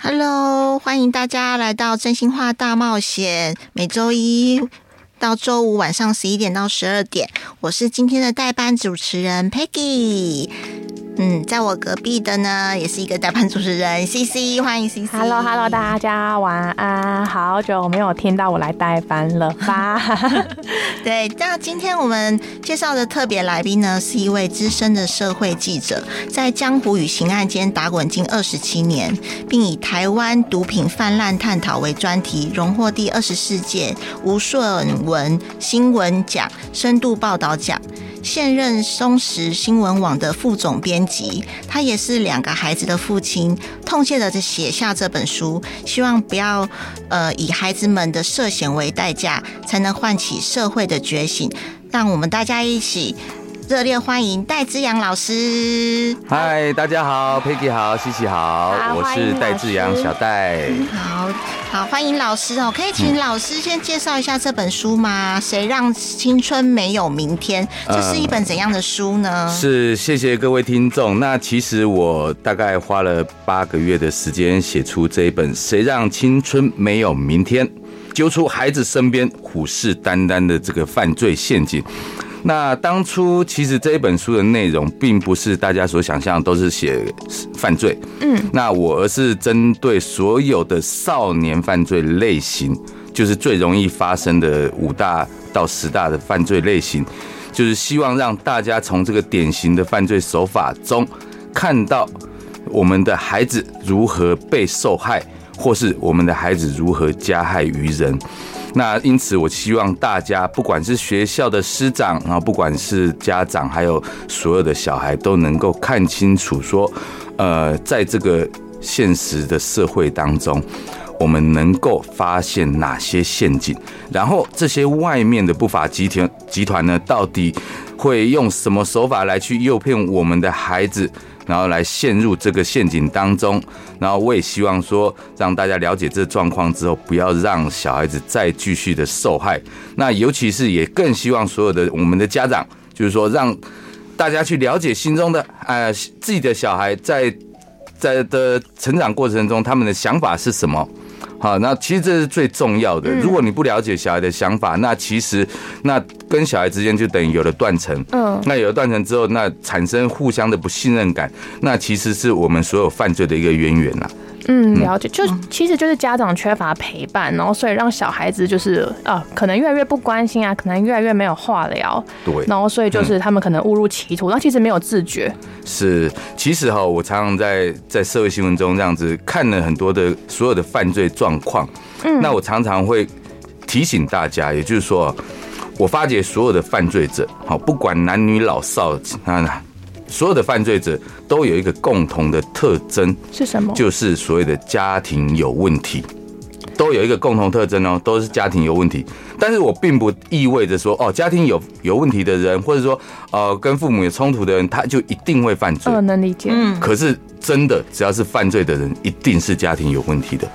Hello，欢迎大家来到真心话大冒险，每周一到周五晚上十一点到十二点，我是今天的代班主持人 Peggy。嗯，在我隔壁的呢，也是一个代班主持人 CC，欢迎 CC。 Hello Hello，大家晚安，好久没有听到我来代班了 吧？ 对，那今天我们介绍的特别来宾呢，是一位资深的社会记者，在江湖与刑案间打滚近二十七年，并以台湾毒品泛滥探讨为专题，荣获第二十四届吴顺文新闻奖深度报道奖。现任松石新闻网的副总编辑，他也是两个孩子的父亲，痛切的写下这本书，希望不要呃以孩子们的涉险为代价，才能唤起社会的觉醒。让我们大家一起热烈欢迎戴之阳老师。嗨，大家好，Peggy 好，西西好啊，我欢迎是老戴志阳，师小戴。好好，欢迎老师哦！可以请老师先介绍一下这本书吗？谁让青春没有明天？这是一本怎样的书呢？呃是，谢谢各位听众。那其实我大概花了八个月的时间写出这一本《谁让青春没有明天》，揪出孩子身边虎视眈眈的这个犯罪陷阱。那当初其实这一本书的内容，并不是大家所想象都是写犯罪，嗯，那我而是针对所有的少年犯罪类型，就是最容易发生的五大到十大的犯罪类型，就是希望让大家从这个典型的犯罪手法中，看到我们的孩子如何被受害，或是我们的孩子如何加害于人。那因此，我希望大家，不管是学校的师长，然后不管是家长，还有所有的小孩，都能够看清楚，说，呃，在这个现实的社会当中，我们能够发现哪些陷阱，然后这些外面的不法集团集团呢，到底会用什么手法来去诱骗我们的孩子，然后来陷入这个陷阱当中。然后我也希望说，让大家了解这状况之后，不要让小孩子再继续的受害。那尤其是也更希望所有的我们的家长，就是说让大家去了解心中的呃自己的小孩在在的成长过程中，他们的想法是什么。好，那其实这是最重要的。如果你不了解小孩的想法，那其实那跟小孩之间就等于有了断层。嗯，那有了断层之后，那产生互相的不信任感，那其实是我们所有犯罪的一个渊源啊啦。嗯，了解，就其实就是家长缺乏陪伴，然后所以让小孩子就是啊，可能越来越不关心啊，可能越来越没有话聊，对，然后所以就是他们可能误入歧途，然后其实没有自觉，是，其实哈，我常常在在社会新闻中这样子看了很多的所有的犯罪状况，嗯，那我常常会提醒大家，也就是说，我发觉所有的犯罪者，好，不管男女老少，那所有的犯罪者都有一个共同的特征，是什么？就是所谓的家庭有问题，都有一个共同特征哦，都是家庭有问题。但是我并不意味着说，哦，家庭有有问题的人，或者说，呃，跟父母有冲突的人，他就一定会犯罪。嗯，能理解。嗯，可是真的，只要是犯罪的人，一定是家庭有问题的，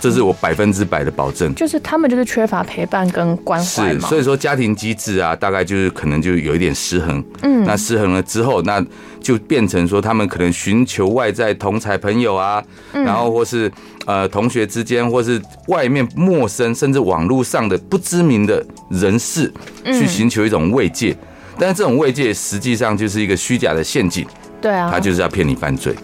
这是我百分之百的保证。就是他们就是缺乏陪伴跟关怀是，嘛。所以说家庭机制啊，大概就是可能就有一点失衡。嗯那失衡了之后，那就变成说他们可能寻求外在同才朋友啊，嗯然后或是呃同学之间，或是外面陌生，甚至网络上的不知名的人士，嗯去寻求一种慰藉。但是这种慰藉实际上就是一个虚假的陷阱，对啊，他就是要骗你犯罪。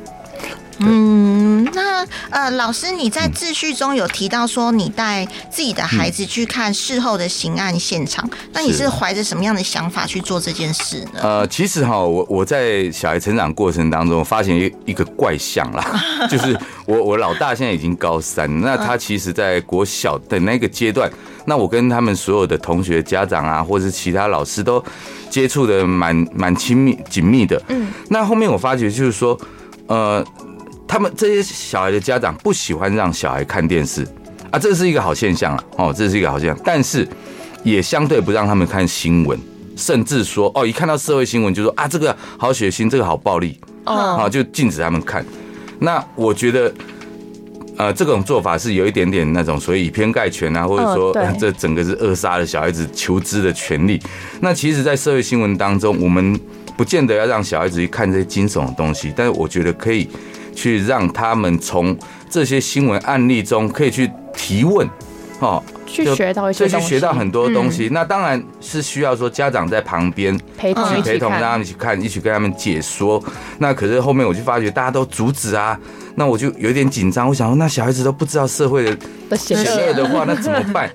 嗯，那呃，老师你嗯在自序中有提到说你带自己的孩子去看事后的刑案现场，嗯那你是是怀着什么样的想法去做这件事呢？呃，其实哈，我我在小孩成长过程当中，我发现一一个怪象啦，就是我我老大现在已经高三，那他其实在国小的那个阶段，那我跟他们所有的同学、家长啊，或是其他老师都接触的蛮蛮亲密紧密的。嗯，那后面我发觉就是说，呃，他们这些小孩的家长不喜欢让小孩看电视。啊，这是一个好现象啊，哦，这是一个好现象，但是也相对不让他们看新闻，甚至说哦，一看到社会新闻就说啊，这个好血腥，这个好暴力，哦啊，就禁止他们看。那我觉得，呃，这种做法是有一点点那种所谓以偏概全啊，或者说、对 这整个是扼杀了小孩子求知的权利。那其实，在社会新闻当中，我们不见得要让小孩子去看这些惊悚的东西，但是我觉得可以去让他们从这些新闻案例中可以去提问，哦，去就学到一些这东些西，学到很多东嗯西。那当然是需要说家长在旁边陪同嗯一去起陪同让他看，们一起看，一起跟他们解说。那可是后面我就发觉大家都阻止啊，那我就有点紧张。我想说，那小孩子都不知道社会的的邪险恶恶 的话，那怎么办？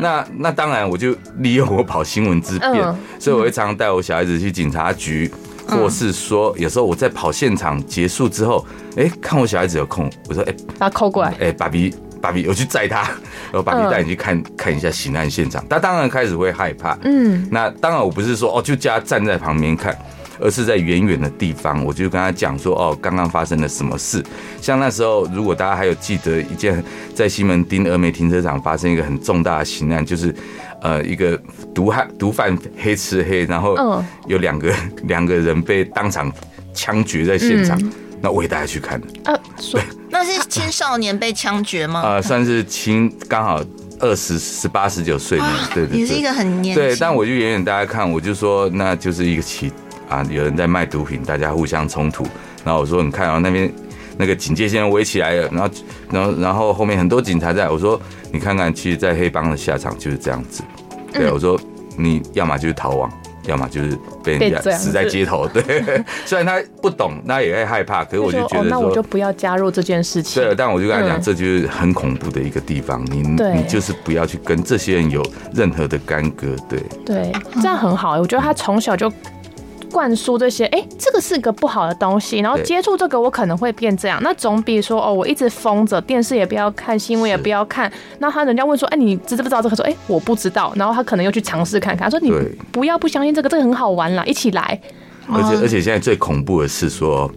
那那当然，我就利用我跑新闻之便嗯，所以我会常常带我小孩子去警察局，或是说有时候我在跑现场结束之后，哎，看我小孩子有空，我说，哎把他扣过来，哎，爸比。爸比，我去载他，然后爸比嗯带你去看看一下刑案现场。他当然开始会害怕，嗯，那当然，我不是说哦，就叫他站在旁边看，而是在远远的地方，我就跟他讲说哦，刚刚发生了什么事。像那时候，如果大家还有记得一件在西门町峨眉停车场发生一个很重大的刑案，就是呃一个毒害毒贩黑吃黑，然后嗯有两个两个人被当场枪决在现场。嗯那我也带他去看了，呃，说那是青少年被枪决吗？呃，算是亲，刚好二十十八十九岁呢，对对对，你是一个很年轻，对，但我就远远大家看，我就说那就是一个起啊，有人在卖毒品，大家互相冲突。然后我说你看啊，那边那个警戒线围起来了，然后然后然后后面很多警察在，我说你看看，其实，在黑帮的下场就是这样子。对，我说你要么就是逃亡。要么就是被人被这家样子死在街头，对。虽然他不懂，他也会害怕，可是我就觉哦，得那我说就，不要加入这件事情，对。但我就跟他讲，嗯这就是很恐怖的一个地方，你对你就是不要去跟这些人有任何的干戈，对。对，这样很好欸。我觉得他从小就灌输这些，哎、这个是个不好的东西，然后对接触这个我可能会变这样，那总比说哦，我一直封着电视也不要看，新闻也是不要看，那他人家问说，哎、你知不知道这个？说，哎、我不知道，然后他可能又去尝试看看，他说你对不要不相信这个，这个很好玩啦，一起来，而且而且现在最恐怖的是说，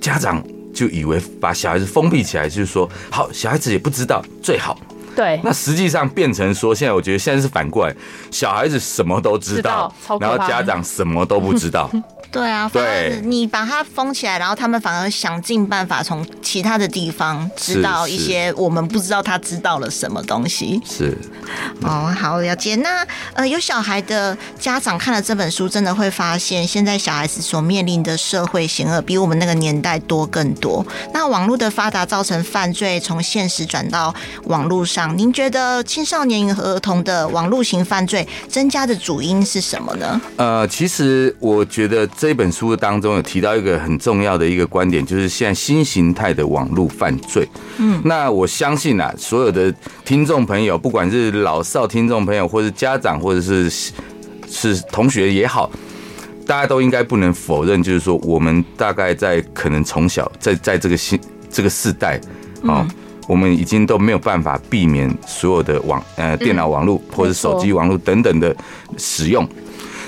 家长就以为把小孩子封闭起来，就是说好，小孩子也不知道最好。对，那实际上变成说，现在我觉得现在是反过来，小孩子什么都知道知道超，可然怕后家长什么都不知 道。对啊，反而对你把它封起来，然后他们反而想尽办法从其他的地方知道是一是些我们不知道他知道了什么东西。是，哦，好了解。那呃，有小孩的家长看了这本书，真的会发现，现在小孩子所面临的社会险恶，比我们那个年代多更多。那网络的发达造成犯罪从现实转到网络上，您觉得青少年和儿童的网络型犯罪增加的主因是什么呢？呃，其实我觉得这本书当中有提到一个很重要的一个观点，就是现在新形态的网络犯罪。嗯，那我相信啊，所有的听众朋友，不管是老少听众朋友，或是家长，或者是是同学也好，大家都应该不能否认，就是说我们大概在可能从小在在这个新这个世代，嗯哦。我们已经都没有办法避免所有的网呃电脑网络或者手嗯没机错网络等等的使用，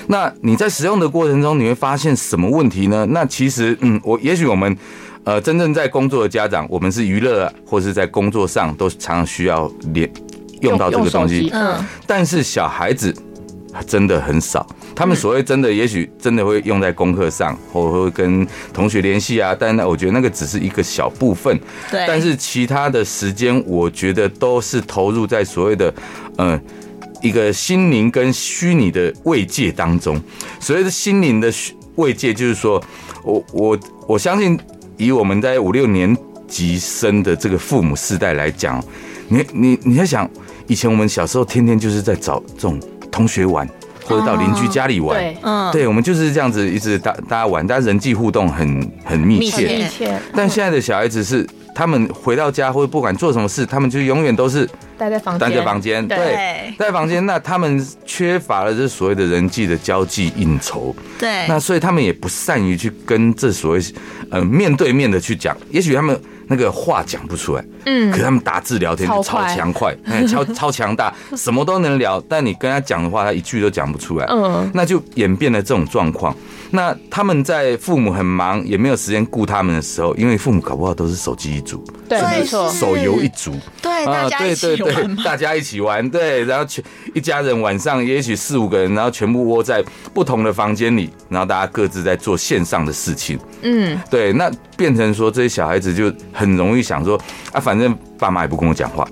那你在使用的过程中，你会发现什么问题呢？那其实，嗯，我也许我们，呃，真正在工作的家长，我们是娱乐啊或是在工作上，都常常需要连用到这个东用手西机。嗯，但是小孩子真的很少，他们所谓真的，也许真的会用在功课上，或会跟同学联系啊。但那我觉得那个只是一个小部分。对但是其他的时间，我觉得都是投入在所谓的，呃，一个心灵跟虚拟的慰藉当中。所谓的心灵的虚慰藉，就是说我我我相信，以我们在五六年级生的这个父母世代来讲，你你你在想，以前我们小时候天天就是在找这种同学玩，或者到邻居家里玩。对，哦嗯，对，我们就是这样子一直大大家玩，大家人际互动很很密密切。切一切但现在的小孩子是，他们回到家或者不管做什么事，他们就永远都是待在房间，待在房间，对对在房间。那他们缺乏了这所谓的人际的交际应酬，对那所以他们也不善于去跟这所谓呃面对面的去讲。也许他们那个话讲不出来，嗯可他们打字聊天就超超快 强快，哎超超强大，什么都能聊，但你跟他讲的话，他一句都讲不出来。嗯，那就演变了这种状况。那他们在父母很忙也没有时间顾他们的时候，因为父母搞不好都是手机一族，对，对没错是，手游一族对，哎大家一啊对起对玩对，嘛。 大家一起玩，对，然后全一家人晚上也许四五个人，然后全部窝在不同的房间里，然后大家各自在做线上的事情。嗯，对，那变成说这些小孩子就很容易想说啊，反正爸妈也不跟我讲话，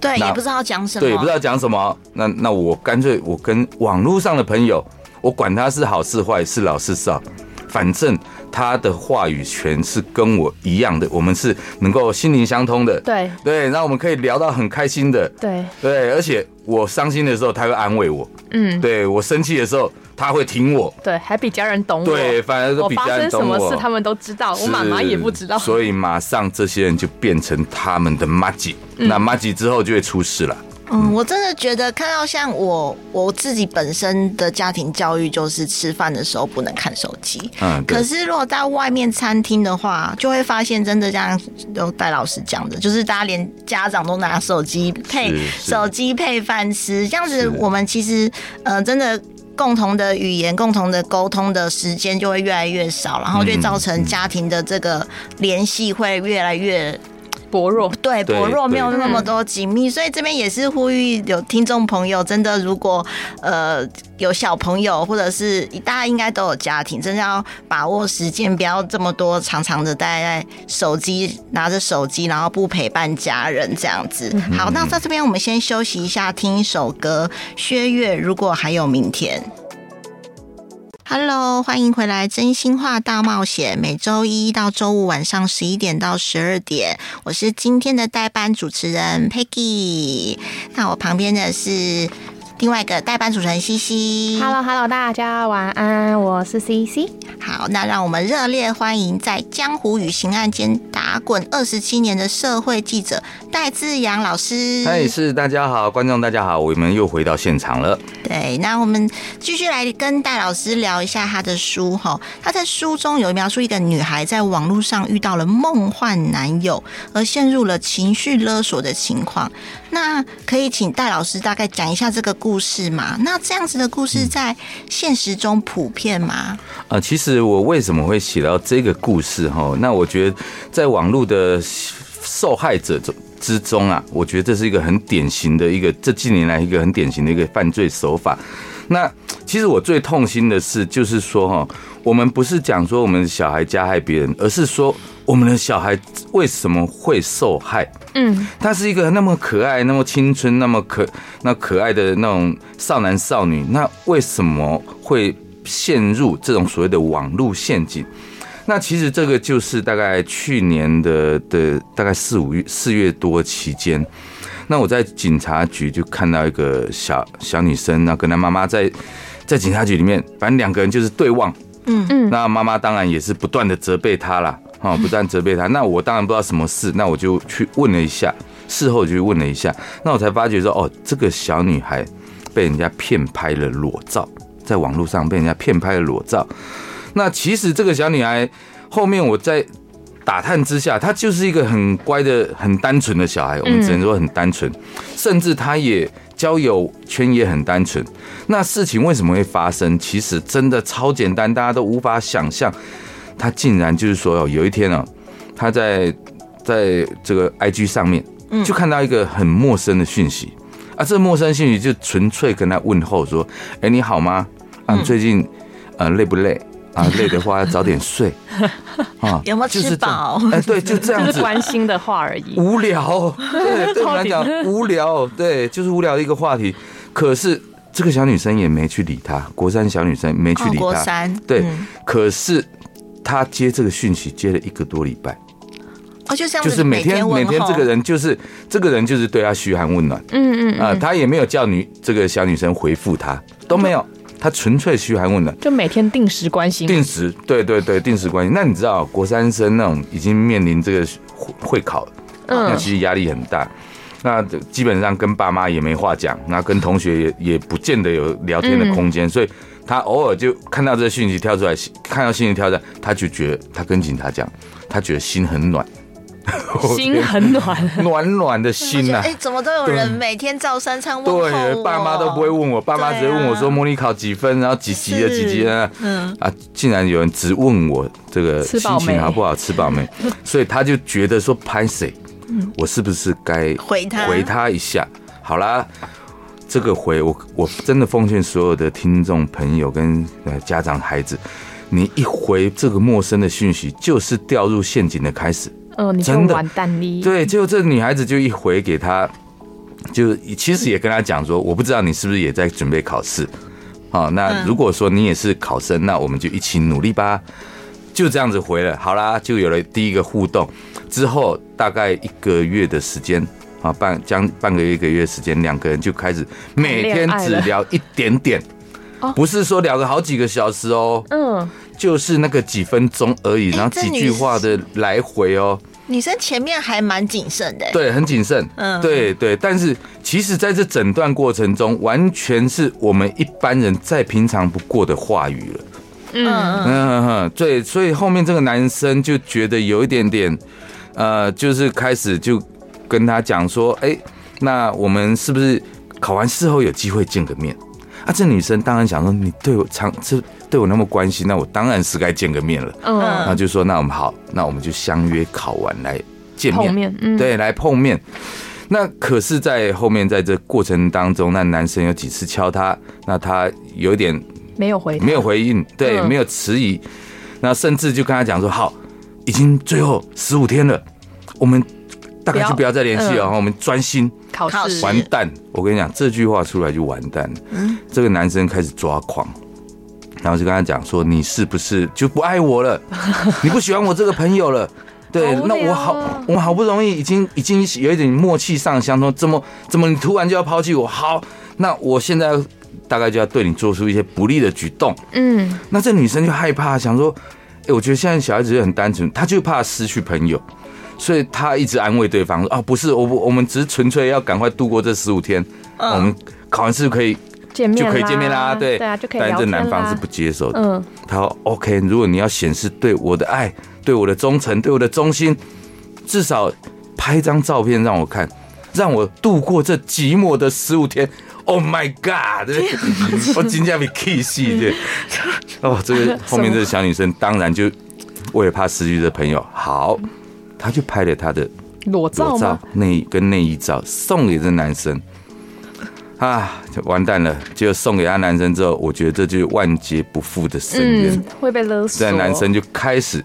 对，那也不知道讲什么，对，不知道讲什么，那那我干脆我跟网络上的朋友，我管他是好是坏，是老是少，反正他的话语权是跟我一样的，我们是能够心灵相通的，对对，那我们可以聊到很开心的，对，对，而且我伤心的时候他会安慰我，嗯，对我生气的时候他会挺我，对，还比家人懂我。对，反而都我比发家生人什懂么我。事他们都知道，我妈妈也不知道。是所以马上这些人就变成他们的妈吉、嗯那妈吉之后就会出事了。嗯，我真的觉得看到像我我自己本身的家庭教育，就是吃饭的时候不能看手机。嗯，对可是如果在外面餐厅的话，就会发现真的像有戴老师讲的，就是大家连家长都拿手机配是是手机配饭吃，这样子是我们其实呃真的。共同的语言、共同的沟通的时间就会越来越少，然后嗯就会造成家庭的这个联系会越来越薄弱，对对薄弱，嗯对没有那么多紧密，所以这边也是呼吁有听众朋友，真的如果呃有小朋友或者是大家应该都有家庭，真的要把握时间，不要这么多长长的待在手机拿着手机，然后不陪伴家人这样子。好，那在这边我们先休息一下，听一首歌，薛岳《如果还有明天》。Hello，欢迎回来《真心话大冒险》，每周一到周五晚上十一点到十二点，我是今天的代班主持人 Peggy。那我旁边的是另外一个代班主持人西西。 Hello Hello，大家晚安，我是 CC。好，那让我们热烈欢迎在江湖与刑案间打滚二十七年的社会记者戴志阳老师。嗨，是大家好，观众大家好，我们又回到现场了。对，那我们继续来跟戴老师聊一下他的书哈。他在书中有描述一个女孩在网络上遇到了梦幻男友，而陷入了情绪勒索的情况。那可以请戴老师大概讲一下这个故事嘛？那这样子的故事在现实中普遍吗？呃，其实我为什么会写到这个故事哈？那我觉得在网络的受害者中之中啊，我觉得这是一个很典型的一个这近年来一个很典型的一个犯罪手法。那其实我最痛心的是，就是说哈，我们不是讲说我们的小孩加害别人，而是说我们的小孩为什么会受害？嗯，他是一个那么可爱、那么青春、那么可那可爱的那种少男少女，那为什么会陷入这种所谓的网络陷阱？那其实这个就是大概去年的的大概四五月四月多期间，那我在警察局就看到一个小小女生，那跟她妈妈在在警察局里面，反正两个人就是对望，嗯嗯那妈妈当然也是不断的责备她啦，啊、不断责备她。那我当然不知道什么事，那我就去问了一下，事后就去问了一下，那我才发觉说，哦，这个小女孩被人家骗拍了裸照，在网络上被人家骗拍了裸照。那其实这个小女孩后面我在打探之下，她就是一个很乖的、很单纯的小孩，我们只能说很单纯，甚至她也交友圈也很单纯。那事情为什么会发生？其实真的超简单，大家都无法想象。她竟然就是说，有一天啊，她在在这个 IG 上面嗯就看到一个很陌生的讯息。啊，这陌生信息就纯粹跟他问候说：“哎、你好吗？啊，嗯你最近呃累不累？啊，累的话要早点 睡啊。有没有就是吃这样饱哎、对，就这样 就是子。关心的话而已。无 聊，对，对我来超讲级无聊，对，就是无聊的一个话题。可是这个小女生也没去理他，国三小女生没去哦理国他。三对嗯，可是她接这个讯息接了一个多礼拜，哦，就这样就子，是每天每问天候这个人就是这个人就是对她嘘寒问暖。嗯嗯啊、嗯，他也没有叫女这个小女生回复他，都没有，他纯粹嘘寒问暖，就每天定时关心。定时，对对对，定时关心。那你知道国三生那种已经面临这个会会考了，那嗯其实压力很大。那基本上跟爸妈也没话讲，那跟同学也也不见得有聊天嗯的空间，所以他偶尔就看到这个讯息跳出来，看到信息跳出来，他就觉得他跟警察讲，他觉得心很暖， 心很暖。暖暖的我心觉得呐、哎，怎么都有啊对人每天照三餐问候对，我哦爸妈都不会问我，爸妈只会问我说模拟考几分，然后几级了啊是几级了，嗯啊，竟然有人只问我这个吃心饱没情好不好，吃饱没，所以他就觉得说拍谁，嗯我是不是该回他回他一下？好啦，这个回我我真的奉劝所有的听众朋友跟呃家长孩子，你一回这个陌生的讯息，就是掉入陷阱的开始。嗯，你就真的完蛋哩。对，就这女孩子就一回给他，就其实也跟他讲说，我不知道你是不是也在准备考试，好、嗯那如果说你也是考生，那我们就一起努力吧。就这样子回了，好啦，就有了第一个互动。之后大概一个月的时间啊，半将半个月一个月时间，两个人就开始每天恋爱只了聊一点点哦，不是说聊个好几个小时哦，嗯，就是那个几分钟而已，哎然后这几女句话的来回哦。女生前面还蛮谨慎的，对，很谨慎，嗯对对。但是其实在这诊断过程中，完全是我们一般人再平常不过的话语了。嗯嗯，嗯哼哼，对，所以后面这个男生就觉得有一点点，呃，就是开始就跟他讲说，哎、那我们是不是考完试后有机会见个面？啊，这女生当然想说，你对我常这对我那么关心，那我当然是该见个面了。嗯，那就说那我们好，那我们就相约考完来见面，碰面嗯对，来碰面。那可是，在后面在这过程当中，那男生有几次敲他，那他有点没有回，没有，回应，对，嗯没有迟疑，那甚至就跟他讲说，好，已经最后十五天了，我们大概就不要再联系了，哦嗯我们专心。考考试试完蛋！我跟你讲，这句话出来就完蛋了。嗯这个男生开始抓狂，然后就跟他讲说：“你是不是就不爱 我了？你不喜欢我这个朋友了？”对，好无那我聊好哦，我们好不容易已经已经有一点默契上相通，怎么怎么你突然就要抛弃我？好，那我现在大概就要对你做出一些不利的举动。嗯，那这女生就害怕，想说：“哎、我觉得现在小孩子就很单纯，她就怕失去朋友，所以她一直安慰对方说：‘啊，不是，我不，我们只是纯粹要赶快度过这十五天，我们考完试可以见面就啦可以见面啦。’对，对啊，就可以但聊这天啦。男方是不接受的。嗯，他说：‘OK，如果你要显示对我的爱、对我的忠诚、对我的忠心，至少拍一张照片让我看，让我度过这寂寞的十五天。’Oh my god！我金价比 K 系对。哦，这个后面这个小女生当然就为了怕失去的朋友，好，她就拍了她的裸裸照照吗？内衣跟内衣照送给这男生，啊，就完蛋了！结果送给他男生之后，我觉得这就是万劫不复的深渊。嗯，会被勒索。这男生就开始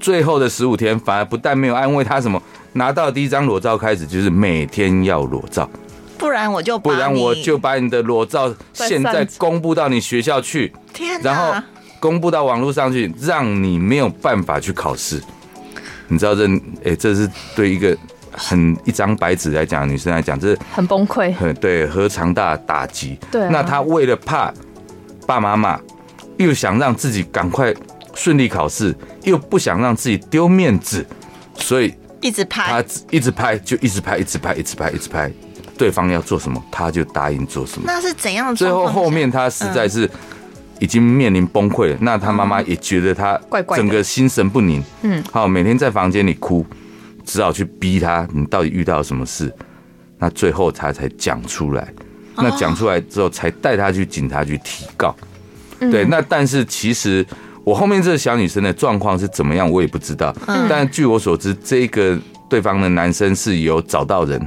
最后的十五天，反而不但没有安慰他什么，拿到第一张裸照开始就是每天要裸照，不然我就把不然你我就把你的裸照再现在散公布到你学校去。天啊哪，然后公布到网络上去，让你没有办法去考试。你知道这，哎、这是对一个很一张白纸来讲，女生来讲，这很崩溃。很对何尝大的打击？对啊那她为了怕爸妈骂，又想让自己赶快顺利考试，又不想让自己丢面子，所以一直拍她，哎一直拍，就一直拍，一直拍，一直拍，一直拍。对方要做什么，她就答应做什么。那是怎样的最状后况下？后面他实在嗯是已经面临崩溃了，那他妈妈也觉得他怪怪的整个心神不宁，嗯，好，每天在房间里哭，只好去逼他，你到底遇到了什么事？那最后他才讲出来，哦那讲出来之后才带他去警察局提告，嗯对，那但是其实。我后面这个小女生的状况是怎么样，我也不知道。嗯但据我所知，这个对方的男生是有找到人，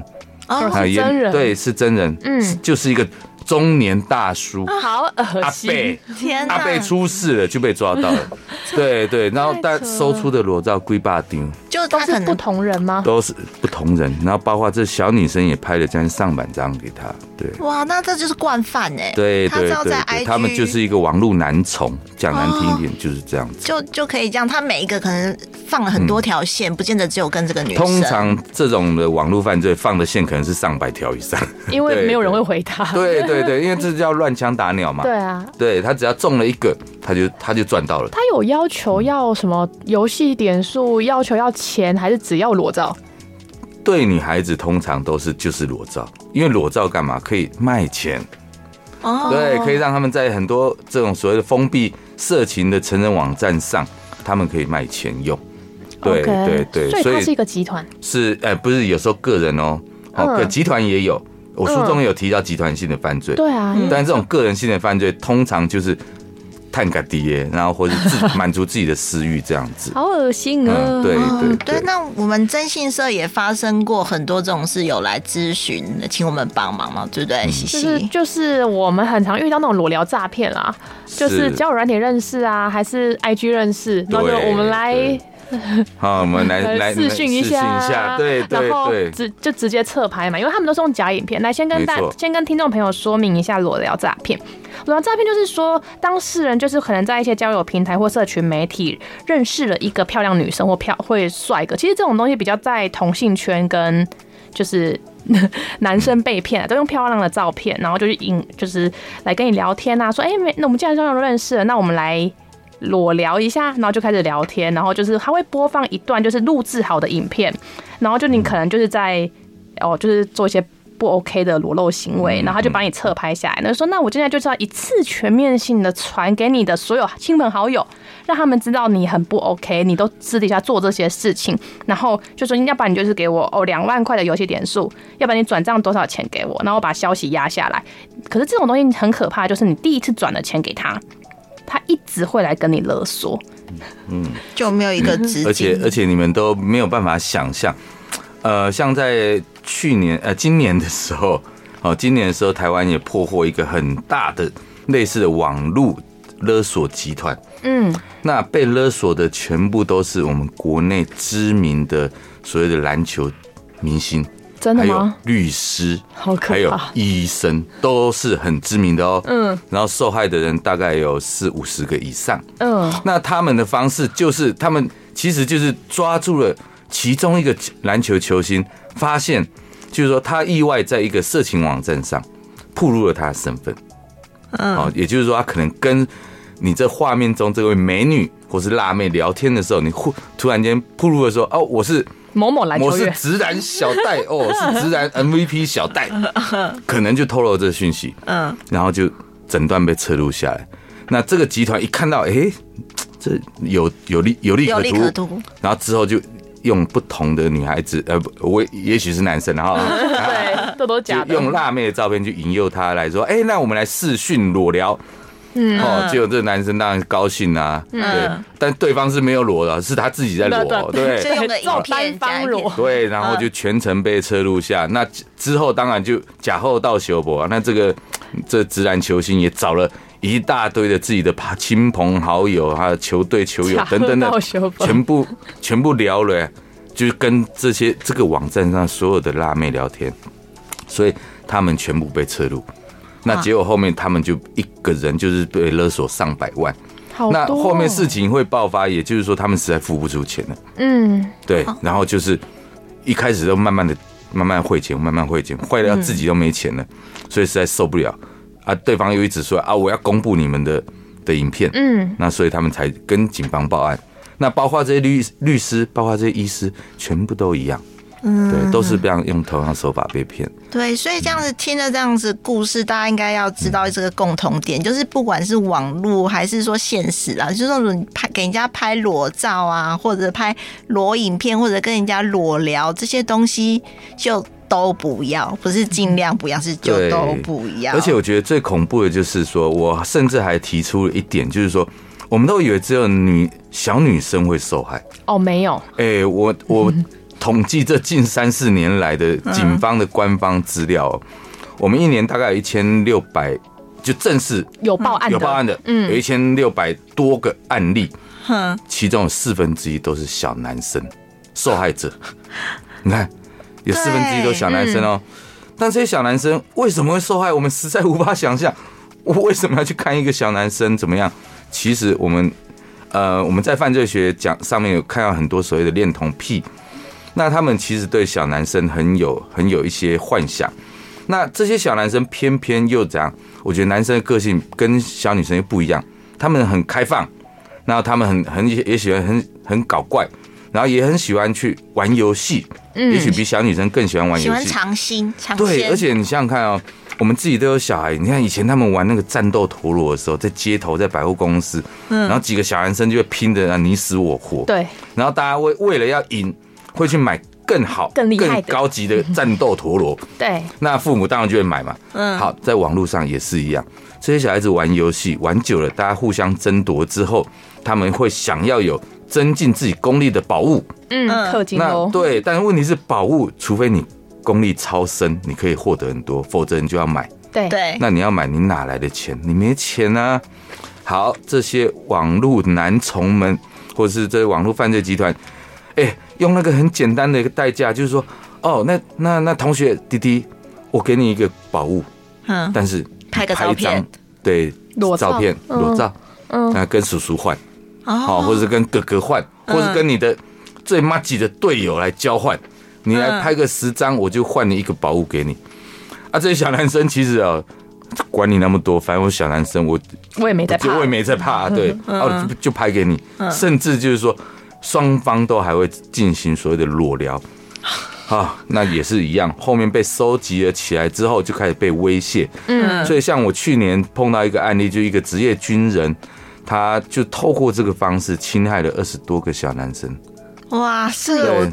哦是啊也真人对，是真人，嗯是就是一个中年大叔， 好恶阿心贝，，天哪，阿贝出事了就被抓到了， 对对，然后太但扯了哦搜出的裸照龟爸丁就都他可是不能同人吗？都是不同人，然后包括这小女生也拍了将近上百张给他，对。哎哇，那这就是惯犯哎，对他知对道对在对， IG 他们就是一个网络男宠，讲难听一哦点就是这样子。就就可以这样，他每一个可能放了很多条线，不见得只有跟这个女生。嗯通常这种的网络犯罪放的线可能是上百条以上。 因对为没有人对会回答。对啊对对，因为这叫乱枪打鸟嘛。对啊，对他只要中了一个，他就他就赚到了。他有要求要什么游戏点数，要求要钱，还是只要裸照？对女孩子通常都是就是裸照，因为裸照干嘛可以卖钱，哦，对，可以让他们在很多这种所谓的封闭色情的成人网站上，他们可以卖钱用。对 OK，对对，所以所它是一以个集团，是哎、不是有时候个人哦，好、嗯个集团也有，我书中有提到集团性的犯罪，对啊，但这种个人性的犯罪通常就是探个爹，然后或者自满足自己的私欲这样子。好恶心啊嗯，哦。对嗯，对对，对，那我们征信社也发生过很多这种事，有来咨询的，请我们帮忙嘛，对不嗯对？西就是西，就是我们很常遇到那种裸聊诈骗啦，就是交友软体认识啊，还是 IG 认识，然后就对我们来对好，我们来来呃视讯一下，试训一下，对对然后对，直就直接侧拍嘛，因为他们都是用假影片。来，先跟大没错先跟听众朋友说明一下裸聊诈骗。裸聊诈骗就是说，当事人就是可能在一些交友平台或社群媒体认识了一个漂亮女生或漂会帅哥，其实这种东西比较在同性圈跟就是。 男生被骗，啊都用漂亮的照片，然后就是引，就是来跟你聊天啊，说，哎、没，那我们既然这样认识了，那我们来裸聊一下，然后就开始聊天，然后就是他会播放一段就是录制好的影片，然后就你可能就是在哦，就是做一些不 OK 的裸露行为，然后他就把你侧拍下来，那就说那我现在就是要一次全面性的传给你的所有亲朋好友，让他们知道你很不 OK，你都私底下做这些事情，然后就说要不然你就是给我哦两万块的游戏点数，要不然你转账多少钱给我，然后把消息压下来。可是这种东西很可怕，就是你第一次转了钱给他。他一直会来跟你勒索，就没有一个直嗯而且而且你们都没有办法想象，呃，像在去年呃今年的时候， 哦，今年的时候台湾也破获一个很大的类似的网络勒索集团，嗯，那被勒索的全部都是我们国内知名的所谓的篮球明星，真的还有吗？律师，好可怕还有医生，都是很知名的哦。嗯，然后受害的人大概有四五十个以上。嗯，那他们的方式就是，他们其实就是抓住了其中一个篮球球星，发现就是说他意外在一个色情网站上暴露了他的身份。嗯，哦，也就是说他可能跟你这画面中这位美女或是辣妹聊天的时候，你忽突然间暴露了说，哦，我是某某篮我球是员，直男小戴 哦，是直男 MVP 小戴，可能就透露这个讯息，嗯，然后就整段被侧录下来。那这个集团一看到，哎、这有有利有利有可利图，可图，然后之后就用不同的女孩子，呃，不我也许是男生，然 后对，这都是就假的。用辣妹的照片去引诱她来说，哎、那我们来试训裸聊。嗯，哦，结果这个男生当然高兴啊，对，但对方是没有裸的，是他自己在裸哦，嗯对对，所以用个照影片假单方影裸片，对，然后就全程被车录下。那之后当然就假后到修博，那这个这直男球星也找了一大堆的自己的亲朋好友，还有球队球友假等等的贺道修，博全部全部聊了、就是跟这些这个网站上所有的辣妹聊天，所以他们全部被车录。那结果后面他们就一个人就是被勒索上百万，好那多哦后面事情会爆发，也就是说他们实在付不出钱了。嗯，对，然后就是一开始都慢慢的、慢慢汇钱，慢慢汇钱，汇到自己都没钱了，所以实在受不了啊！对方又一直说啊，我要公布你们的的影片，嗯，那所以他们才跟警方报案。那包括这些律律师，包括这些医师，全部都一样，嗯，对，都是这样用同样手法被骗。对，所以这样子听了这样子故事，大家应该要知道这个共同点，就是不管是网络还是说现实啊，就是那种拍给人家拍裸照啊，或者拍裸影片，或者跟人家裸聊这些东西，就都不要，不是尽量不要，是就嗯对都不要。而且我觉得最恐怖的就是说，我甚至还提出了一点，就是说，我们都以为只有女小女生会受害。哦，没有，哎、我我统计这近三四年来的警方的官方资料哦，我们一年大概有一千六百，就正式有嗯报案的，有报案的，嗯有一千六百多个案例，其中有四分之一都是小男生受害者。 你看，有四分之一都是小男生哦。但这些小男生为什么会受害？我们实在无法想象。 我为什么要去看一个小男生怎么样？其实我们，呃，我们在犯罪学讲上面有看到很多所谓的恋童癖，那他们其实对小男生很有很有一些幻想。那这些小男生偏偏又怎样？我觉得男生的个性跟小女生又不一样，他们很开放，然后他们很很也喜欢很很搞怪，然后也很喜欢去玩游戏，也许比小女生更喜欢玩嗯喜游欢戏。尝新尝鲜，对，而且你想想看哦，我们自己都有小孩，你看以前他们玩那个战斗陀螺的时候，在街头，在百货公司，嗯然后几个小男生就会拼的你死我活，对，然后大家为为了要赢，会去买更好、更厉害的高级的战斗陀 螺，对，那父母当然就会买嘛。嗯，好，在网络上也是一样，这些小孩子玩游戏玩久了，大家互相争夺之后，他们会想要有增进自己功力的宝物。嗯，嗯氪金那哦，对，但是问题是宝物，除非你功力超深，你可以获得很多，否则你就要买。对，对，那你要买，你哪来的钱？你没钱啊！好，这些网络男虫们，或者是这些网络犯罪集团，哎、用那个很简单的一个代价，就是说，哦，那那那同学弟弟，我给你一个宝物，嗯，但是拍个拍照一张片，对，裸照片嗯裸照，嗯那跟叔叔换，好，哦或者是跟哥哥换，或者是跟你的最妈吉的队友来交换，你来拍个十张，我就换你一个宝物给你。啊，这些小男生其实啊，管你那么多，反正我小男生，我我也没在怕嗯我，也没在怕，对，哦，就就拍给你，甚至就是说双方都还会进行所谓的裸 聊。啊，那也是一样。后面被收集了起来之后，就开始被威胁。嗯，所以像我去年碰到一个案例，就一个职业军人，他就透过这个方式侵害了二十多个小男生，哦哇，是有对，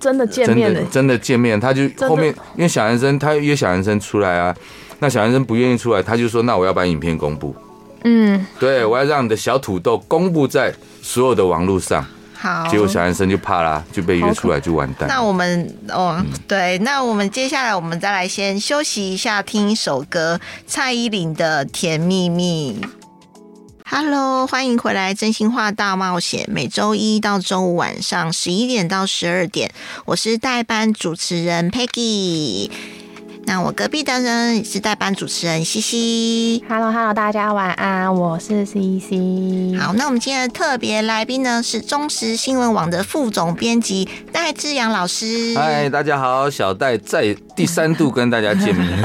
真的见真面的了，真的见面，他就的后面因为小男生他约小男生出来啊，那小男生不愿意出来，他就说那我要把影片公布，嗯，对我要让你的小土豆公布在所有的网络上，哦好，结果小男生就怕啦，就被约出来就完蛋了。那我们哦，对，那我们接下来我们再来先休息一下，听一首歌，蔡依林的《甜蜜蜜》。Hello，欢迎回来《真心话大冒险》，每周一到周五晚上十一点到十二点，我是代班主持人 Peggy。那我隔壁的人也是代班主持人西西。 Hello Hello，大家晚安，我是 CC。好，那我们今天的特别来宾呢是中时新闻网的副总编辑戴志阳老师。嗨，大家好，小戴在第三度跟大家见 面，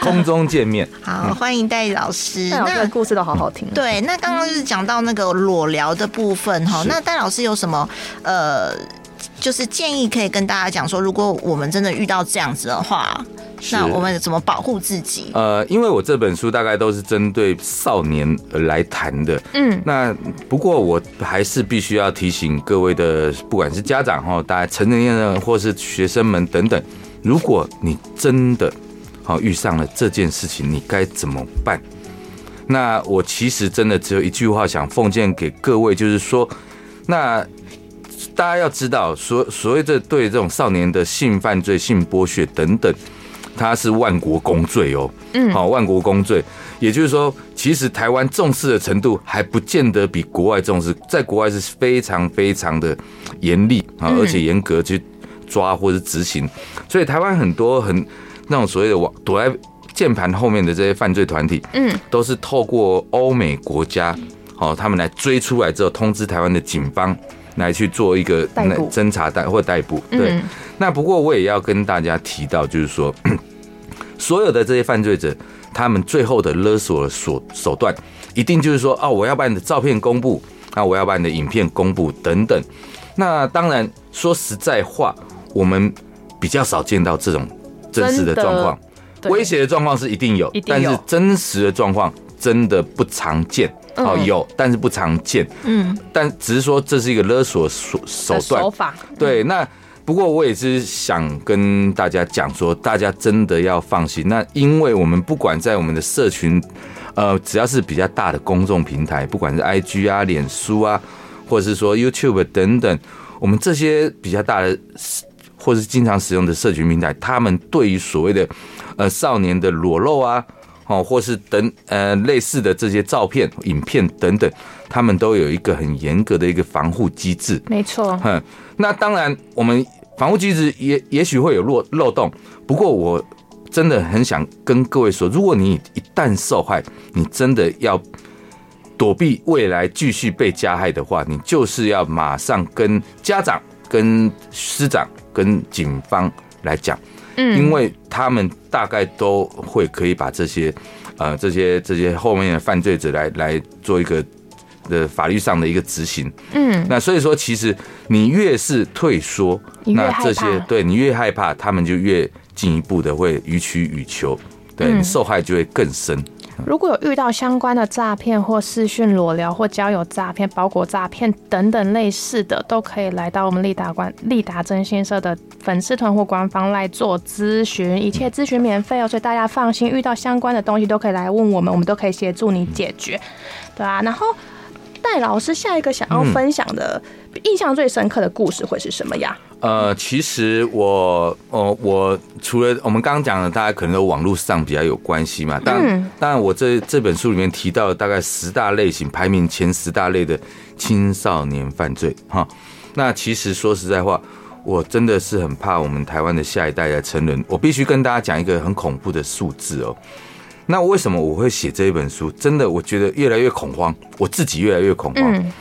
空中见面。好，欢迎戴老师。但我这那个故事都好好听。，啊对，那刚刚就是讲到那个裸聊的部分哈，是那戴老师有什么呃，就是建议可以跟大家讲说，如果我们真的遇到这样子的话，是那我们怎么保护自己？呃，因为我这本书大概都是针对少年而来谈的，嗯，那不过我还是必须要提醒各位的，不管是家长哈，大家成年人或是学生们等等，如果你真的好遇上了这件事情，你该怎么办？那我其实真的只有一句话想奉献给各位，就是说，那大家要知道，所所谓的对这种少年的性犯罪、性剥削等等，它是万国公罪哦。嗯好，万国公罪，也就是说，其实台湾重视的程度还不见得比国外重视，在国外是非常非常的严厉啊，嗯而且严格去抓或者执行，所以台湾很多很那种所谓的网躲在键盘后面的这些犯罪团体，嗯，都是透过欧美国家，哦，他们来追出来之后，通知台湾的警方来去做一个逮捕侦查逮或逮捕，对。嗯那不过我也要跟大家提到，就是说， 所有的这些犯罪者，他们最后的勒索的手手段，一定就是说，哦，我要把你的照片公布，啊，我要把你的影片公布等等。那当然，说实在话，我们比较少见到这种真实真的的状况，对威胁的状况是一定有，一定但有是真实的状况真的不常见。嗯哦，有，但是不常见，嗯，但只是说这是一个勒索手手的段手，法，对，那不过我也是想跟大家讲说，大家真的要放心。那因为我们不管在我们的社群，呃，只要是比较大的公众平台，不管是 IG 啊、脸书啊，或者是说 YouTube 等等，我们这些比较大的或是经常使用的社群平台，他们对于所谓的呃少年的裸露啊，哦，或是等呃类似的这些照片、影片等等，他们都有一个很严格的一个防护机制。没错，哼，那当然，我们防护机制也也许会有漏漏洞，不过我真的很想跟各位说，如果你一旦受害，你真的要躲避未来继续被加害的话，你就是要马上跟家长、跟师长、跟警方来讲。嗯，因为他们大概都会可以把这些，呃，这些这些后面的犯罪者来来做一个的法律上的一个执行。嗯，那所以说，其实你越是退缩，你越那害这些怕对你越害怕，他们就越进一步的会予取予求。对嗯你受害就会更深。如果有遇到相关的诈骗或视讯裸聊或交友诈骗、包裹诈骗等等类似的，都可以来到我们立达官立达征信社的粉丝团或官方来做咨询，一切咨询免费哦，所以大家放心，遇到相关的东西都可以来问我们，我们都可以协助你解决，对啊，然后戴老师下一个想要分享的、嗯印象最深刻的故事会是什么呀？呃，其实我，呃，我除了我们刚刚讲的，大家可能都网络上比较有关系嘛。但当然，我这这本书里面提到的大概十大类型，排名前十大类的青少年犯罪哈。那其实说实在话，我真的是很怕我们台湾的下一代的成人。我必须跟大家讲一个很恐怖的数字哦。那为什么我会写这一本书？真的，我觉得越来越恐慌，我自己越来越恐慌。嗯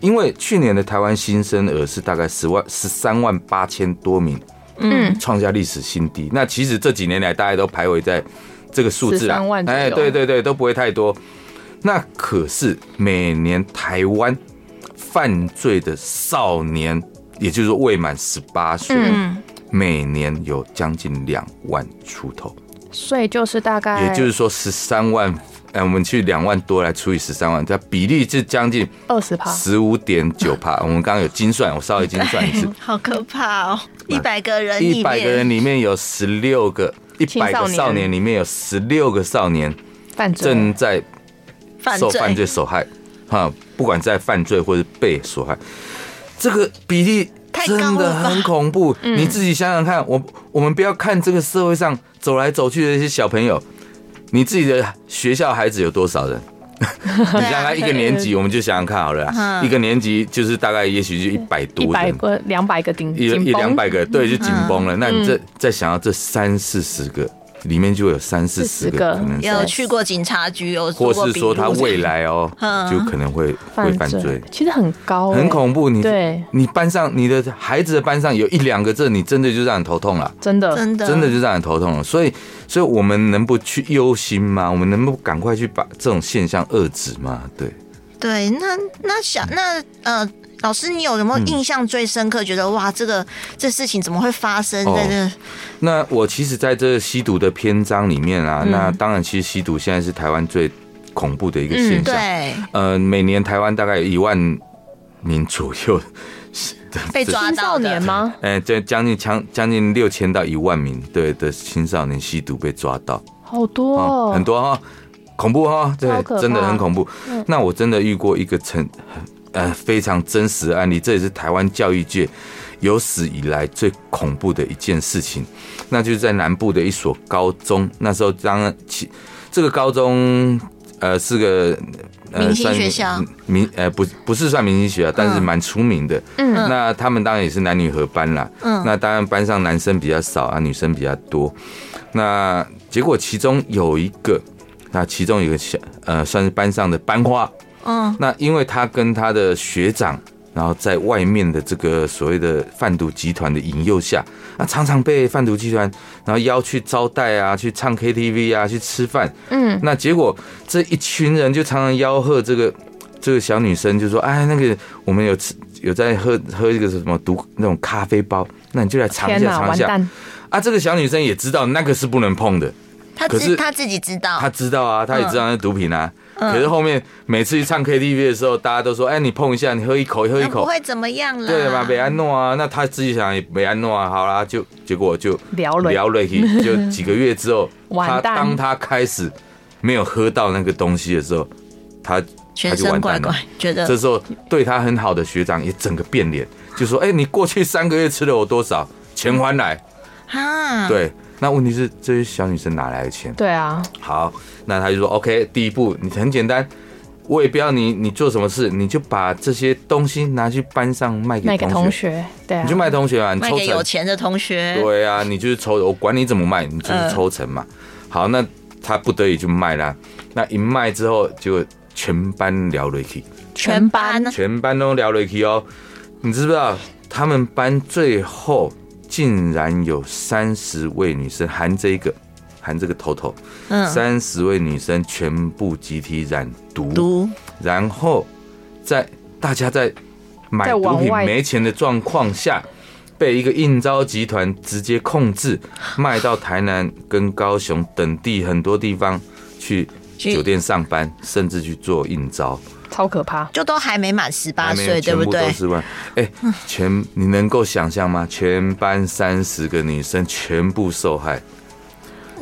因为去年的台湾新生儿是大概十万十三万八千多名，嗯，创下历史新低。那其实这几年来，大家都徘徊在这个数字啊13万，左右哎，对对对，都不会太多。那可是每年台湾犯罪的少年，也就是说未满十八岁，嗯每年有将近两万出头，所以就是大概，也就是说十三万。哎，我们去两万多来除以十三万，它比例是将近二十趴，十五点九 帕，我们刚刚有精算，我稍微精算一次，好可怕哦！一百个人里面，一百个人里面有十六个，一百个青少少年年里面有十六个少年犯罪正在犯受罪，犯罪所害，哈，不管在犯罪或者被所害，这个比例太高了真的吧嗯很恐怖。你自己想想看，我我们不要看这个社会上走来走去的一些小朋友，你自己的学校孩子有多 少人？你想想看，一个年级，我们就想想看好了啦，啊嗯一个年级就是大概也许就一百一多百人，个、两百个顶一紧一绷两百个，对，就紧绷嗯了。那你这再想要这三四十个里面就有三四十40个个可能是，有去过警察局，有做或过是笔录说他未来哦嗯， 哦就可能会会犯罪，其实很高、欸，很恐怖。你对你班上你的孩子的班上有一两个这，你真的就让人头痛了。真的，真的真的就让人头痛了，所以，所以我们能不去忧心吗？我们能不赶快去把这种现象遏止吗？对，对，那那想那呃，老师，你有有嗯没有印象最深刻？觉得哇，这个这事情怎么会发生哦在这？那我其实在这个吸毒的篇章里面嗯啊，那当然，其实吸毒现在是台湾最恐怖的一个现象。嗯对，呃，每年台湾大概有一万名左右，被抓青到少的年，吗？呃，这将近将将近六千到一万名对的青少年吸毒被抓到，好多、哦很多哈、恐怖哈、对超可怕，嗯真的很恐怖。那我真的遇过一个成呃非常真实的案例，这也是台湾教育界有史以来最恐怖的一件事情，那就是在南部的一所高中，那时候当然其这个高中呃是个。呃明星算学校明呃不不是算明星学校，但是蛮出名的。嗯，那他们当然也是男女合班啦。嗯，那当然班上男生比较少啊，女生比较多。那结果其中有一个，那其中有一个小呃，算是班上的班花。嗯，那因为他跟他的学长，然后在外面的这个所谓的贩毒集团的引诱下，那常常被贩毒集团然后邀去招待啊，去唱 KTV 啊，去吃饭。嗯，那结果这一群人就常常吆喝这个这个小女生，就说：“哎，那个我们有吃有在喝喝一个什么毒那种咖啡包，那你就来尝一天下哪，尝一完下。”蛋，嗯啊，这个小女生也知道那个是不能碰的，他可是自他自己知道她，知道啊，她也知道那是毒品啊。嗯可是后面每次去唱 KTV 的时候，大家都说：“哎，你碰一下，你喝一口，喝一哦那不口。会怎么样”啦。对嘛，北安诺啊，那她自己想也北安诺啊，好啦，就结果就聊了聊了去，就几个月之后，完她蛋当她开始没有喝到那个东西的时候，她她全就完身怪蛋了怪。，觉得这时候对她很好的学长也整个变脸，就说：“哎，你过去三个月吃了我多少钱还来？”啊，对，那问题是这些小女生哪来的钱？对啊，好，那他就说 OK，第一步你很简单，我也不要你你做什么事，你就把这些东西拿去班上卖给卖给同同学，学，对啊你，就卖同学嘛，你卖抽给有成，钱的同学，对啊，你就是抽，我管你怎么卖，你就是抽成嘛。好，那他不得已就卖啦，那一卖之后，结果全班聊了一起，全班全班都聊了一起哦，你知不知道他们班最后竟然有三十位女生，含这一个，含这个头头。嗯三十位女生全部集体染毒，毒然后在大家在买在毒往品外没钱的状况下，被一个应招集团直接 控制，卖到台南跟高雄等地很多地方去去酒店上班，甚至去做应招。超可怕。就都还没满十八还没岁，啊有对全不部都对？ 是万，哎、全你能够想象吗？全班三十个女生全部受害，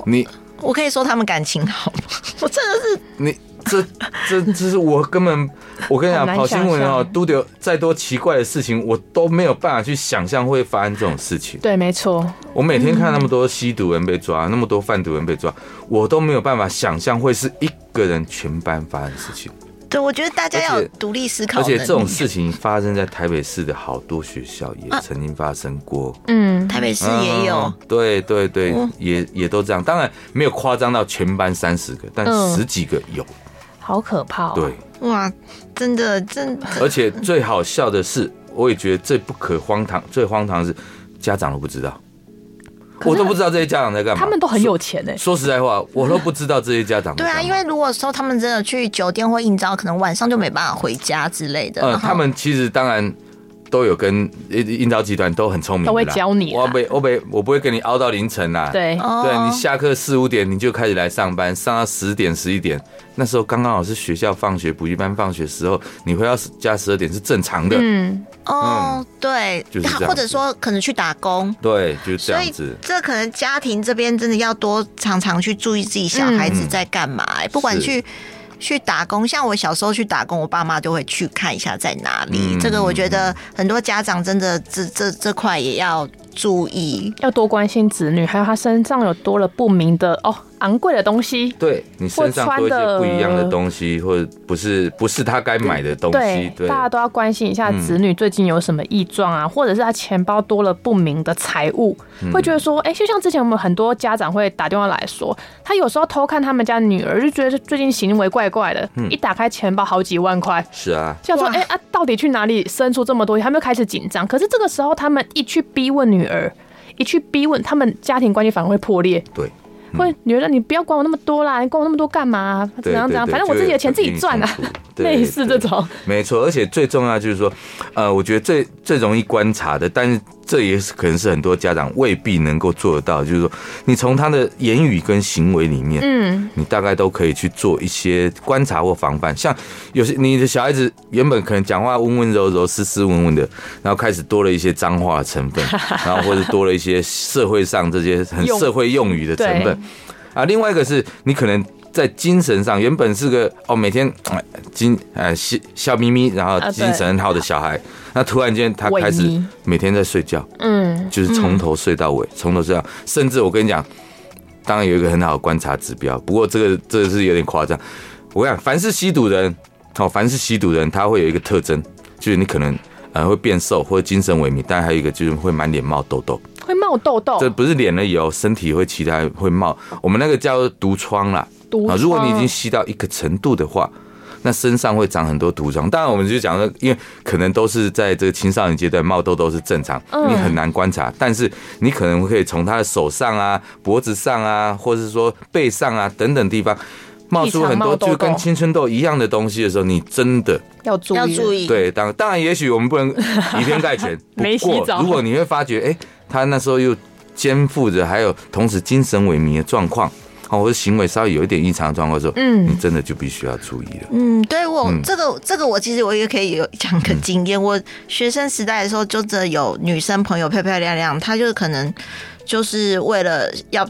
你我可以说他们感情好 吗？我真的是你这这这是我根本，我跟你讲，很难跑新闻想哦，象都得再多奇怪的事情，我都没有办法去想象会发生这种事情。对，没错，我每天看那么嗯多吸毒人被抓，那么多贩毒人被抓，我都没有办法想象会是一个人全班发生的事情。对，我觉得大家要而有且独立思考而能力。且这啊种事情发生在台北市的好多学校也曾经发生过。嗯，台北市也有，嗯对对对，哦嗯也也都这样。当然没有夸张到全班三十个，但嗯十几个有。好可怕、哦。对，哇，真的真的 而且最好笑的是，我也觉得最不可荒唐、最荒唐的是家长都不知道，可是我都不知道这些家长在干嘛。他们都很有钱哎、说实在话，我都不知道这些家长在 对干嘛啊，因为如果说他们真的去酒店或应招，可能晚上就没办法回家之类的。呃，然后他们其实当然都有跟印印招集团都很聪明的啦，都会教你啦我不我不我不会跟你熬到凌晨啦。。对，哦对你下课四五点你就开始来上班，上到十点十一点，那时候刚刚好是学校放学、补习班放学时候，你回到家十二点是正常的。嗯，哦，对，就是这样子或者说可能去打工。对，就是这所样以子。这可能家庭这边真的要多常常去注意自己小孩子在干嘛、欸不管嗯是去去打工，像我小时候去打工，我爸妈就会去看一下在哪里。嗯这个我觉得很多家长真的这这这块也要注意。要多关心子女，还有他身上有多了不明的哦昂贵的东西，对你身上多一些不一样的东西，或者不是不是他该买的东西，对嗯大家都要关心一下子女最近有什么异状啊，或者是他钱包多了不明的财物，嗯会觉得说，哎、就像之前我们很多家长会打电话来说，他有时候偷看他们家女儿，就觉得最近行为怪怪的，嗯一打开钱包好几万块。是啊，想说，哇哎、啊，到底去哪里生出这么多？他们就开始紧张。可是这个时候，他们一去逼问女儿，一去逼问，他们家庭关系反而会破裂。对。会女儿说，你不要管我那么多啦，你管我那么多干嘛、怎嗯对样怎样，对对反正我自己的钱自己赚啊 就有一种冲突，对类似这种。没错，而且最重要就是说，呃，我觉得最最容易观察的，但是这也是可能是很多家长未必能够做得到，就是说，你从他的言语跟行为里面，嗯，你大概都可以去做一些观察或防范。像有些你的小孩子原本可能讲话温温柔柔、斯斯文文的，然后开始多了一些脏话的成 分，然后或者多了一些社会上这些很用社会用语的成对分。啊，另外一个是你可能在精神上原本是个哦，每天哎精呃笑笑眯眯，然后啊对精神很好的小孩，那突然间他开萎始靡每天在睡觉，嗯，就是从头睡到尾，从、头睡到，甚至我跟你讲，当然有一个很好的观察指标，不过这个这个是有点夸张。我跟你讲，凡是吸毒的人，哦，凡是吸毒的人，他会有一个特征，就是你可能呃会变瘦或者精神萎靡，但还有一个就是会满脸冒痘痘。会冒痘痘，这不是脸而已哦，身体会其他会冒，我们那个叫毒疮啦。毒啊，如果你已疮经吸到一个程度的话，那身上会长很多毒疮。当然，我们就讲说，因为可能都是在这个青少年阶段冒痘痘是正常，嗯你很难观察，但是你可能可以从他的手上啊、脖子上啊，或是说背上啊等等地方。冒出很冒多痘痘就跟青春痘一样的东西的时候，你真的要注意，要注意，意，对，当当然，也许我们不 能以偏概全。不没洗过澡如果你会发觉，哎、他那时候又肩负着还有同时精神萎靡的状况，哦，或者行为稍微有一点异常的状况的时候，嗯你真的就必须要注意了。嗯，对我、嗯这个这个我其实我也可以有讲个经验。我学生时代的时候，就这有女生朋友漂漂亮亮，她就是可能就是为了要。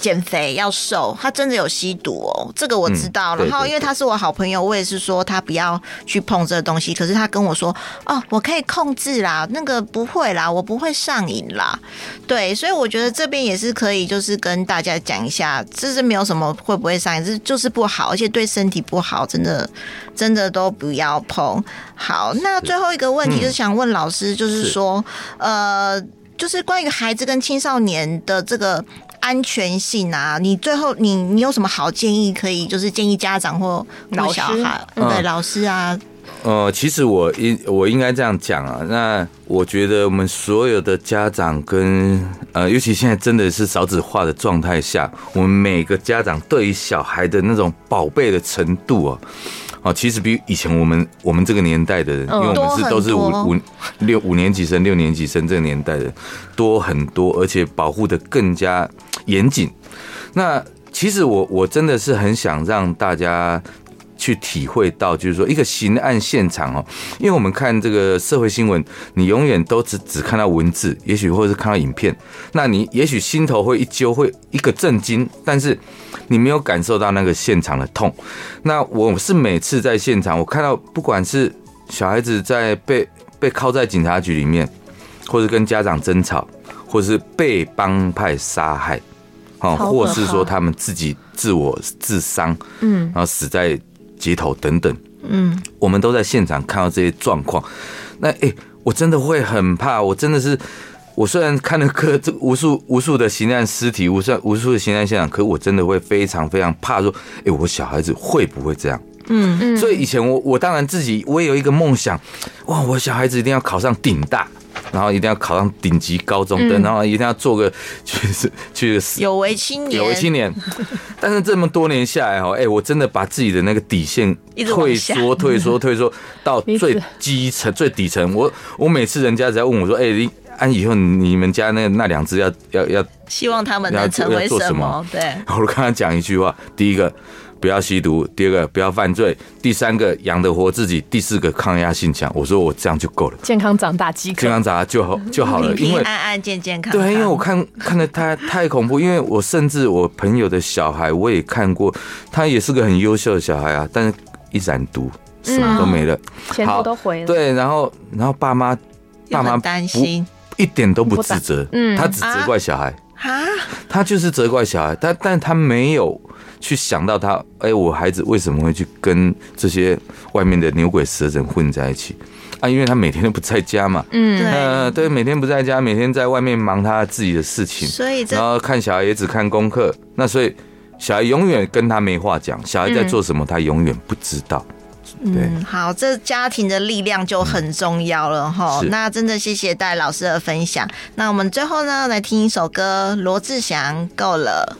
减肥要瘦，她真的有吸毒哦，这个我知道。嗯对然后对因为她是我好朋友，我也是说她不要去碰这个东西。可是她跟我说：“哦，我可以控制啦，那个不会啦，我不会上瘾啦。”对，所以我觉得这边也是可以，就是跟大家讲一下，这是没有什么会不会上瘾，这就是不好，而且对身体不好，真的真的都不要碰。好，那最后一个问题嗯就是想问老师，就是是说，呃，就是关于孩子跟青少年的这个。安全性啊，你最后你你有什么好建议可以就是建议家长或老或师小孩嗯对老师啊，呃，其实我应我应该这样讲啊，那我觉得我们所有的家长跟呃，尤其现在真的是少子化的状态下，我们每个家长对于小孩的那种宝贝的程度哦、哦，其实比以前我们我们这个年代的人，因嗯为我们是都是多五很多五六五年级生、六年级生这个年代的多很多，而且保护的更加严谨。那其实我我真的是很想让大家去体会到，就是说一个刑案现场哦，因为我们看这个社会新闻，你永远都只只看到文字，也许或者是看到影片，那你也许心头会一揪，会一个震惊，但是你没有感受到那个现场的痛。那我是每次在现场，我看到不管是小孩子在被被铐在警察局里面，或是跟家长争吵，或是被帮派杀害，哦，超可怕或是说他们自己自我自伤，嗯，然后死在街头等等，嗯，我们都在现场看到这些状况。那诶、我真的会很怕，我真的是。我虽然看了个这无数无数的刑案尸体，无数无数的刑案现场，可我真的会非常非常怕说，诶、我小孩子会不会这样？嗯，嗯所以以前我我当然自己我也有一个梦想，哇，我小孩子一定要考上顶大，然后一定要考上顶级高中的，嗯然后一定要做个去去有为青年，有为 青年。但是这么多年下来哈，哎、我真的把自己的那个底线一直往退下缩、退缩、退缩到 你最只基层、最底层。我我每次人家只要问我说，哎、你安以后你们家那那两只要要要， 希望他们能成为要做什什么么？对，我跟他讲一句话：第一个不要吸毒，第二个不要犯罪，第三个养得活自己，第四个抗压性强。我说我这样就够了，健康长大即可健。康长大就好就好了，嗯平因平为。安安、健健康康。对，因为我看看的太太恐怖，因为我甚至我朋友的小孩我也看过，他也是个很优秀的小孩啊，但是一染毒，什么嗯都没了。前好途都回了。，对，然后然后爸妈又爸妈很不担心一点都不自责，嗯他只责怪小孩，啊，他就是责怪小孩，但但他没有去想到他，哎、我孩子为什么会去跟这些外面的牛鬼蛇神混在一起啊？因为他每天都不在家嘛。嗯，对呃，对，每天不在家，每天在外面忙他自己的事嗯情，所以然这后看小孩也只看功课，那所以小孩永远跟他没话讲，小孩在做什么他永远不知道。对，嗯嗯，好，这家庭的力量就很重要了哈是。那真的谢谢戴老师的分享。那我们最后呢，来听一首歌，罗志祥《够了》。